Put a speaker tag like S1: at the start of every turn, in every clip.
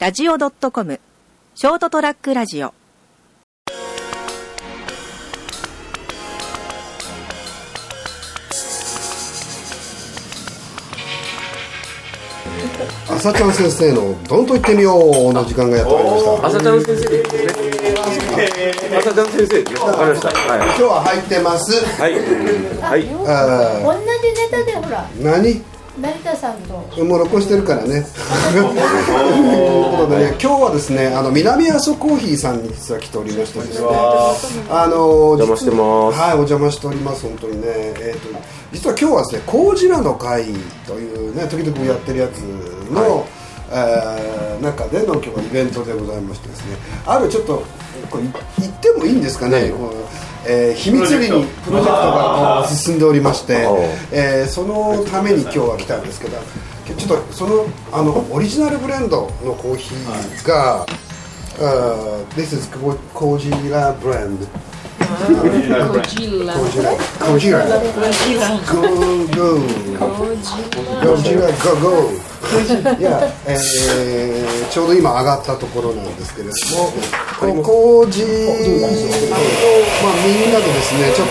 S1: ST-radio.com ショートトラックラジオ
S2: 朝ちゃん先生の「どんと言ってみよう」の時間がやってまいりました
S3: 朝ちゃん先生でいいですね。朝ちゃん先生でわかりました。は
S2: 今日は入ってます
S3: い。はい。はい。
S2: あ
S4: 同じネタでほら
S2: 何
S4: 成田さんと
S2: もう録音してるから ねということでね今日はですねあの南阿蘇コーヒーさんに実は来ておりましてですねあの
S3: お邪魔してます
S2: はいお邪魔しております本当にねえっ、と実は今日はですね「工事らの会」というね時々やってるやつの、えー中での今日はイベントでございましてですねあるちょっとこれ言ってもいいんですかね、こうえー秘密裏にプロジェクトが進んでおりまして
S3: あー、
S2: えーそのために今日は来たんですけどちょっとそのあのオリジナルブレンドのコーヒーが「あー This is コージーラブレンド」コージーラコージーラゴーゴーゴージーラゴーゴーいや、えー、ちょうど今上がったところなんですけれどもこう工事まあみんなでですねちょっ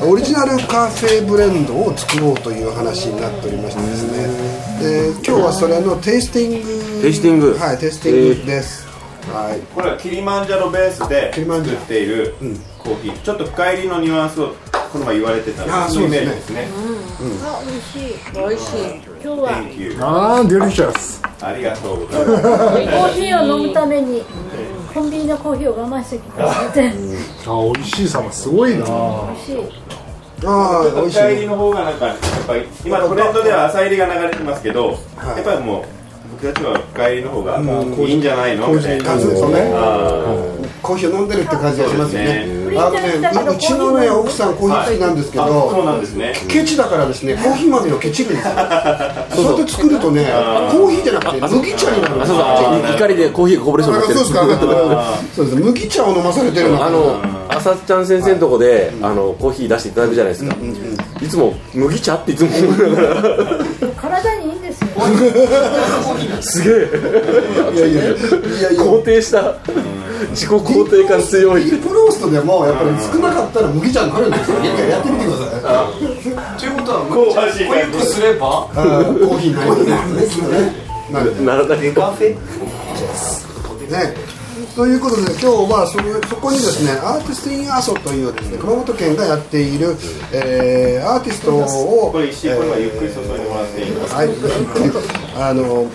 S2: とオリジナルカフェブレンドを作ろうという話になっておりましてですねで今日はそれのテイスティング
S3: テイスティング
S2: はいテイスティングです、はい
S5: これはキリマンジャロベースで
S2: キリマンジャ
S5: 作
S2: ロ
S5: っているコーヒーちょっと深入りのニュアンスをこの前言われてたの
S2: あーそう
S5: イメ
S2: で
S5: ー
S2: す
S5: ジ
S2: ね
S5: ですね
S4: あ美味しい
S6: 美味しい。
S4: 今日は
S5: Thank you
S7: あーデリシャス
S5: ありがとうございます
S4: コーヒーを飲むためにコンビニのコーヒーを我慢してきて美
S7: あ美味しい様すごいな
S4: 味しい
S2: ああ
S5: ちょっ
S2: 美
S5: と
S2: 味し
S5: 深入
S2: い
S5: りの方がなんかやっぱり今トレンドでは浅入りが流れてますけど
S2: はい
S5: やっぱりもう僕たちは深入りの方がいいんじゃないのみたいな
S2: 感じですよね
S5: あ
S2: コーヒーを飲んでるって感じがしますよね
S5: そう
S4: ですね
S2: あのねううちのね奥さんコーヒー好きなんですけ
S5: ー
S2: ど、
S5: あそうなんですね
S2: ケチだからですねコーヒー豆をケチるんですよそうやって作るとねコーヒーじゃなくて麦茶になるんですよ
S3: あそうそう。怒りでコーヒーがこぼれそうに
S2: あ
S3: なって
S2: そう
S3: る
S2: で。すかそうです麦茶を飲まされてるの
S3: あの朝ちゃん先生のとこであのコーヒー出していただくじゃないですか。いつも麦茶っていつも思いながら。
S4: 体にいいんですよ
S3: すげえ
S2: いやいやいやいやいや
S3: 肯定した。自己肯定感強い
S2: ディ。ープローストでもやっぱり少なかったら麦茶になるんですよ一回やってみてください
S8: ということは
S5: 香ばしい
S8: 濃ゆくすれば
S2: あーコーヒーになるんですよねなる
S3: ならない。
S8: カフェ
S2: ね。ということで今日はそれそこにですねアーティスト・イン・アソというですね熊本県がやっている、えーアーティストを
S5: これ一瞬これはゆっくり注いでもらっていいですか
S2: はい、あの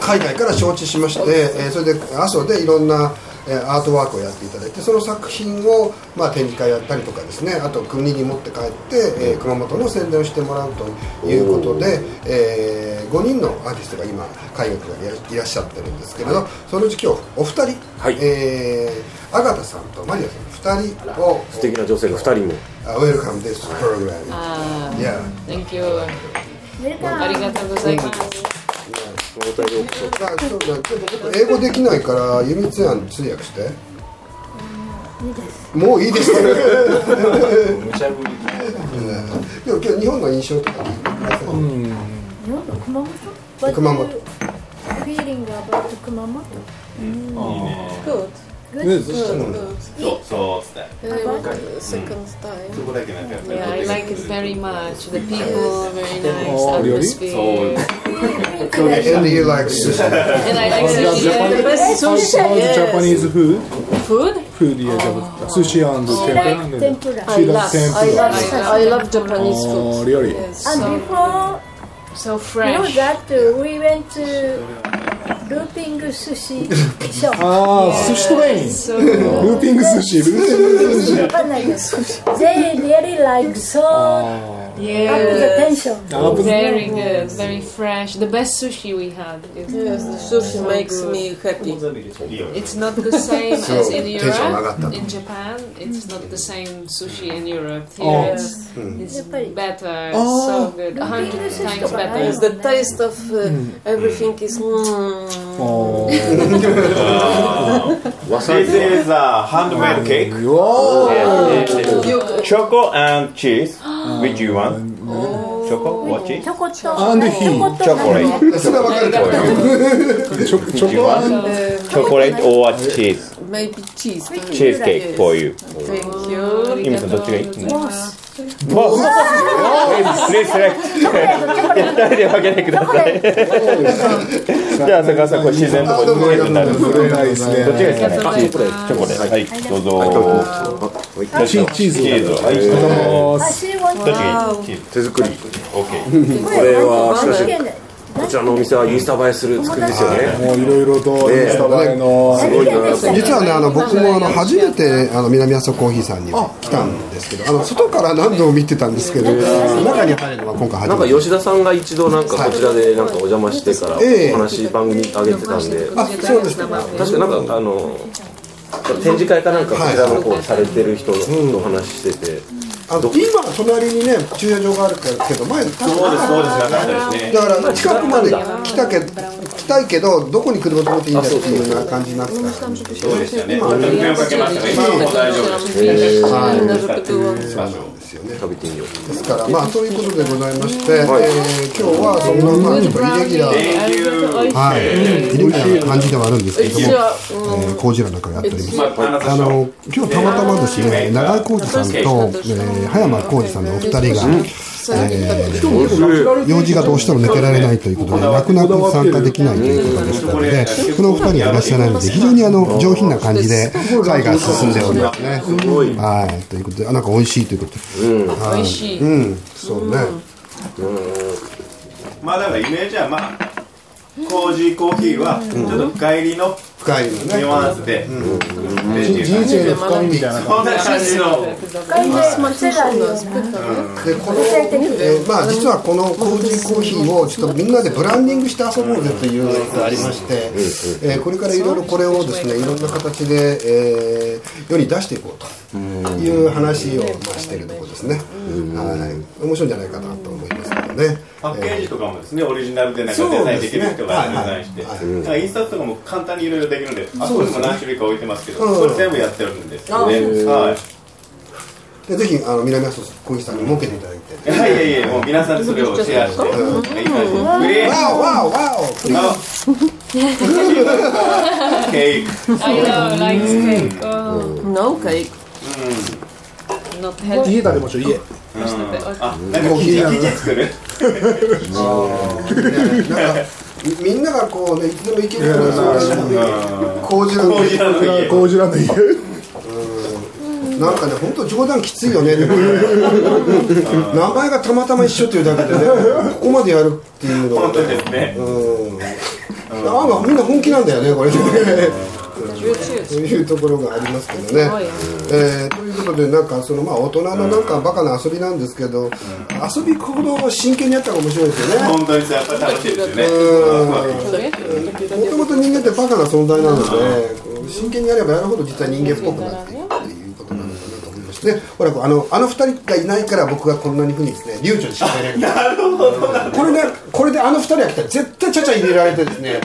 S2: 海外から承知しまして、えーそれで阿蘇でいろんな、えーアートワークをやっていただいてその作品を、まあ、展示会やったりとかですねあと国に持って帰って、えー熊本の宣伝をしてもらうということで、え5人のアーティストが今海外からいらいらっしゃってるんですけれど、そのうち今日お二人、
S3: はい
S2: えー、アガタさんとマリアさん2人を
S3: 素敵な女性が二人も。
S2: あウェルカムですプログラム。
S6: あ
S2: Yeah.
S6: ー、Thank you。
S4: メルカ
S6: あり
S4: ー
S6: がとうございます。
S3: この二人を
S2: まあ、そうだちょっと僕英語できないからユミツヤン通訳して
S4: いいです
S2: もういい ですね
S8: 無茶ぶり
S2: でも今日日本の印象とか
S4: 日本の熊本
S2: 熊本
S4: What do you Feeling about 熊本
S6: Good。
S7: ねず
S6: Good。
S5: そうそうっつって
S6: Second time。
S5: そこだけなんかやっぱり
S6: Yeah, I like it very much. The people, very nice
S7: Oh, really?
S6: atmosphere.
S2: And you like sushi
S6: And I
S7: Oh,
S6: like sushi. The best
S7: How, how's
S6: sushi. Yes.
S7: Japanese food?
S6: Food?
S7: Food, yeah, Jap- sushi and tempura. And then-
S4: tempura
S7: She loves
S6: I
S7: tempura.
S6: love, I love Japanese
S7: Oh,
S6: food.
S7: really?
S6: Yes,
S4: and
S6: so,
S4: before
S6: so
S4: you know
S6: fresh.
S4: that we went to looping sushi shop
S7: あー、寿司トレイン。
S6: So
S7: ルーピング寿司、ルーピング寿司。
S4: わかんないです They really like so
S7: あ
S4: up the
S6: yes.
S4: tension
S7: ー、
S6: Very good, very fresh. The best sushi we had. It
S9: Yes, the
S6: was
S9: sushi
S6: so
S9: makes
S6: good.
S9: me happy.
S5: いいよ
S6: It's not the same as in
S2: テンション上がった
S6: Europe. In Japan, it's not the same sushi in Europe. Here
S7: Oh.
S6: it's, it's
S4: Mm.
S6: better,
S7: Oh.
S6: so good, a
S4: Looking
S6: hundred
S4: sushi
S6: times
S4: shop,
S6: better.
S9: Yes, the taste of uh, everything is. Mm.
S7: お
S3: わさび
S5: This。is a handmade cake
S7: ー。
S5: Choco and cheese. Which you want? Choco? What
S4: チ
S5: cheese?
S4: ョコとチ
S7: And he
S4: ョコと
S5: チョコレート。
S2: それは分かるから。
S7: チョコチ
S5: Which you
S7: ョコあん
S5: want? Chocolate or cheese?
S9: Maybe cheese.
S5: Cheese cake for you.
S9: Thank you.
S5: イムさんどっちがいい
S6: Yes.
S5: もう、please select。二人で分け てください。じゃあ、浅川さん、これ自然とこれグレープになるんですけど。どっちがいいです
S7: あどうも
S5: か
S3: あ
S5: ね。
S3: チョコレー
S5: チョコで。はい、どうぞ。チーズを。はい、
S7: チーチーズありがとうございます
S4: あ、シーワン
S5: どっちがいいチーズ。
S3: 手作り
S5: オッ
S4: こ
S3: これはしかし
S4: れで
S3: こちらのお店はインスタ映えする作りですよね
S7: もういろいろとインスタ映えの
S3: すごいなやっぱり
S2: 実はねあの僕もあの初めてあの南阿蘇コーヒーさんには来たんですけどあの外から何度も見てたんですけど中に入るのは今回
S3: な
S2: 初
S3: んか
S2: めて
S3: 吉田さんが一度なんかこちらでなんかお邪魔してから
S2: ええ
S3: お話番組上げてたんで
S2: あそうですか
S3: 確かなんかあの展示会かなんかこちらの方でされてる人とお話ししてて
S2: あの今隣にね駐車場があるけど前確か
S5: そうです、そうです、なかったですね。
S2: だから近くまで来たけ来たいけどどこに車止めていいんだっていうような感じになってたんで
S5: そうでしたね。本当に迷惑かけましたが、今はもう大丈夫です。
S2: すよね
S3: 食べてみよう
S2: ですからまあということでございまして、えー今日はそんなまあちょっとイレギュラー
S5: Thank you.
S2: はいイレギュラーな感じではあるんですけども、えー、コージラなんかやっております
S5: まあ、話
S2: あの今日たまたまですね長井浩二さんと、えー、葉山浩二さんのお二人が、えー用事がどうしても抜けられないということで泣く泣く参加できないということでしたのでこのお二人はいらっしゃらないので非常にあの上品な感じで会が進んでおりますね。はいということであなんか美味しいということで
S6: 美味しい。
S2: うんそうね
S5: まあだからイメージはまあコージーコーヒーはちょっと深入りの
S2: 深いよ
S5: ニュアン
S2: ね。
S5: スで、っていう感じ
S7: 人生の深みみたいな
S5: こんな感じの
S2: でこの、えーまあ実はこのコージーコーヒーをちょっとみんなでブランディングして遊ぼうぜというのがありまして、えーこれからいろいろこれをですねいろんな形で、えー世に出していこうという話を、まあ、しているところですね。はい面白いんじゃないかなと思いますけどね。
S5: パッケージとかもですねオリジナルでなんかデザインできる人がデザインして
S2: そうです
S5: なんかインスタとかも簡単にいろいろできるんであそこにも何種類か置いてますけどこれ全部やってるんですよねはい
S2: でぜひあの南阿蘇コーヒーさんに設けていただいて。
S5: いやいやいやもう皆さんそれをシェアしてなんかいい感じグレー
S2: わおわおわお。
S5: のケーキ
S6: I know, like cake. Oh,
S9: No cake.
S6: not healthy.
S7: 家食べましょう家
S5: あなんか生地生地作る
S2: なんかみみんながこうねいつでも行けるような工事なん
S5: コー
S2: で
S5: ジーランドの家
S7: コージラの家
S2: なんかね本当冗談きついよねでもね名前がたまたま一緒っていうだけでねここまでやるっていうのは
S5: 本当ですね
S2: うん案外みんな本気なんだよねこれねそういうところがありますけどね、えーということでなんかそのまあ大人のなんかバカな遊びなんですけど、遊びほど真剣にやったら面白いですよね
S5: 本当にやっぱ楽しいですよね。
S2: もともと人間ってバカな存在なので、こう真剣にやればやるほど実は人間っぽくなっていくっていうことなのかなと思いまして、ね、ほらこうあのあの二人がいないから僕がこんなにふうにですね流暢にしゃべれるなるほどこれねこれであの二人が来たら絶対ちゃちゃ入れられてですね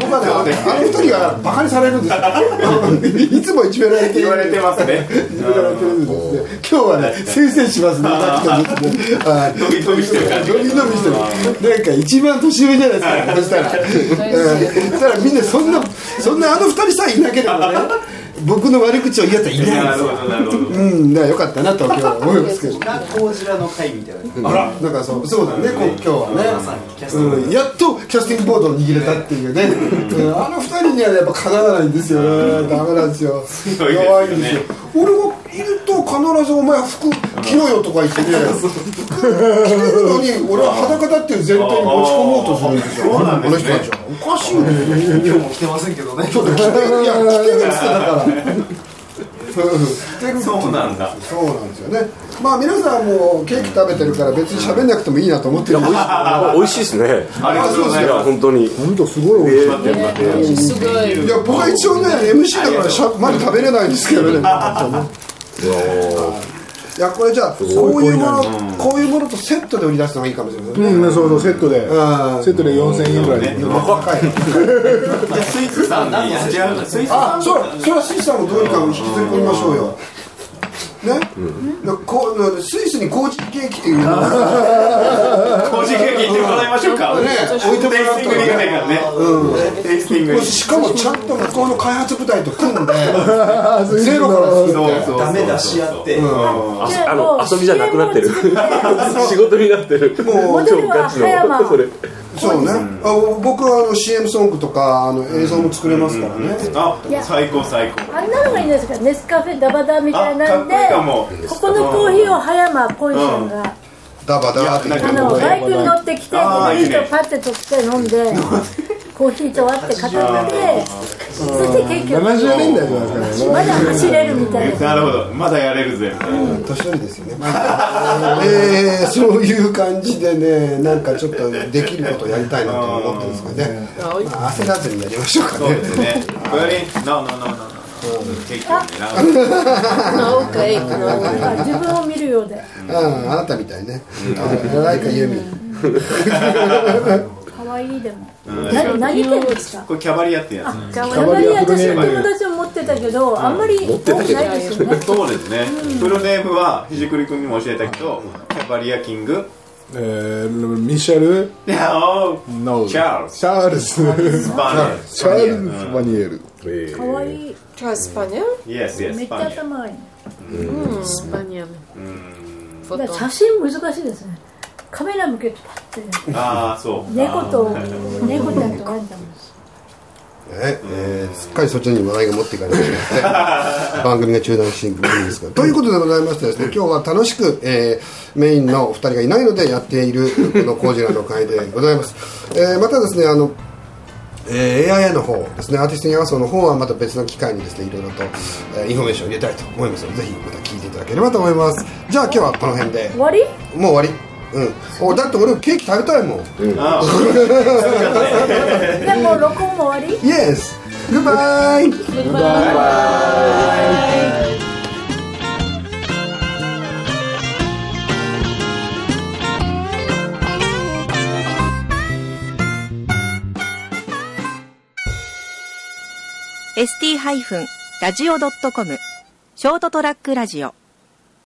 S2: 僕はねあのあの二人がバカにされるんです よいつもいじめられてい
S5: 言わ
S2: る
S5: れてますね。
S2: いじめられてるんですね今日はね先生し ますねさっきとですねはい
S5: 飛び飛びしてる感じ。
S2: 伸び伸びしてるなんか一番年上じゃないですかそしたら、うん、そしたらみんなそんなそんなあの二人さえいなければね僕の悪口を言いやったらいないんで
S5: な
S2: す
S5: る
S2: よ
S5: ほどなるほど。
S2: うん、だからよかったなと今日は思いますけど
S8: がコージラの会みたいな
S2: あらなんかそうそうだねこう今日はね
S8: キャスト
S2: うん、やっとキャスティングボードを握れたっていうね、うんあの二人にはやっぱかなわないんですよね、ダメなんですよ、
S5: いですよね
S2: 弱いんですよ、俺がいると必ずお前、服着ろよとか言ってね、着れるのに俺は裸だっていう前提に持ち込もうとするんですよ、
S5: あーそうなん
S2: こ
S5: で
S2: の
S5: す
S2: 人
S5: ね
S2: たちは、おかしいよね、
S8: 今日も来てませんけどね
S2: ちょっと着てる、いや、着てるっつってたから、うん着てる
S5: そうなんだ。
S2: そうなんですよね、まあ皆さんもうケーキ食べてるから、別に喋んなくてもいいなと思ってるんですけど
S3: あ美味しいですね
S5: ありがとうご
S3: い
S5: ざい
S3: や
S5: ます。
S3: 本当に
S7: 本当すごい美味しい
S3: えー
S6: すごい。
S2: いや僕は一応ね MC だからしゃまだ食べれないんですけど ねいやこれじゃあこういうものこういうものとセットで売り出すのがいいかもしれないですね
S7: うんそうそうセットで
S2: うん
S7: セットで4000円ぐらいで
S2: 高い
S5: じゃあスイスさんに。じゃあスイスさん。
S2: あそうそれはスイさんもどうにか引きずり込みましょうよね、うこうスイスに工事ケーキっていうの をね
S5: 工事ケーキ行ってもらいましょうか。
S2: 置いても
S5: テイ
S2: ら
S5: ス
S2: った
S5: ティングでき
S2: ら
S5: ない
S2: ね
S5: からね。テイスティング
S2: も
S5: に。
S2: うしかもちゃんと向こうの開発部隊と組 んでゼ
S7: ゼ
S2: ロか
S7: ロからら
S2: 作っ
S7: 作ってて
S5: そう
S10: ダメ出し合って
S3: ああの遊びじゃなくなってる仕事になってる
S2: も
S4: う
S3: 超ガチ
S4: モデルは葉山
S3: のそれ
S2: そうね、あ僕はあの CM ソングとかあの映像も作れますからね、
S4: いや
S5: あ、最高最高。
S4: あんなのがいいんですかネスカフェダバダみたいなんで
S5: あかっこいいかも
S4: ここのコーヒーを葉山こいさんが、
S2: ダバダバって言っ
S4: あ
S2: て
S4: のバイクに乗ってきて
S5: あー
S4: いい人
S5: いいね
S4: パッて取って飲んでコーヒーと割って語ってそして結局
S7: 70年代じゃないですかね
S4: まだ走れるみたいな
S5: なるほど。まだやれるぜ。みたいな
S2: 年寄りですよねえー、そういう感じでねなんかちょっとできることやりたいなと思ってるんですけどね焦らずにやりましょうか
S5: そう
S2: ね
S5: ですね。Very no no no no no. ケーキはねなんか
S6: No cake, no
S4: なんか自分を見るようで
S2: うんあなたみたいねうんじゃないかユーミン
S4: 可愛いでも
S5: うん
S4: 何何県ですか
S5: これキャバリアってやつ。
S4: キャバリア私の友達も持ってたけどあんまり多くないですよね
S5: そうですね。フルネームはひじくり君にも教えたけど、キャバリアキング。
S7: えーミシェル
S5: いやー
S7: ノー
S5: チャールズ
S7: チャールズ
S5: スパン。
S7: チャールズ・マニエル
S4: 可愛い
S6: Traspania?
S5: Yes
S4: めっち
S5: yes スパ
S4: ゃ
S5: ンや。
S4: 頭いい
S6: Spanian.
S4: だから写真難しいですねカメラ向けてパッて
S5: ああそう。
S4: 猫と猫ちゃんとワンちゃん
S2: ねえーすっかりそっちに話題が持っていかれてしまって番組が中断していくんですがということでございましてですね今日は楽しく、えーメインのお二人がいないのでやっているこの工事の会でございます、えーまたですねあのえー AIA の方ですねアーティストに合わせの方はまた別の機会にですねいろいろと、えーインフォメーションを入れたいと思いますのでぜひまた聞いていただければと思いますじゃあ今日はこの辺で
S4: 終わり
S2: もう終わりうんおだって俺ケーキ食べたいもん
S5: あー
S4: じゃあもう録音も終わり
S2: Yes Goodbye
S1: ST-radio.com ショートトラックラジオ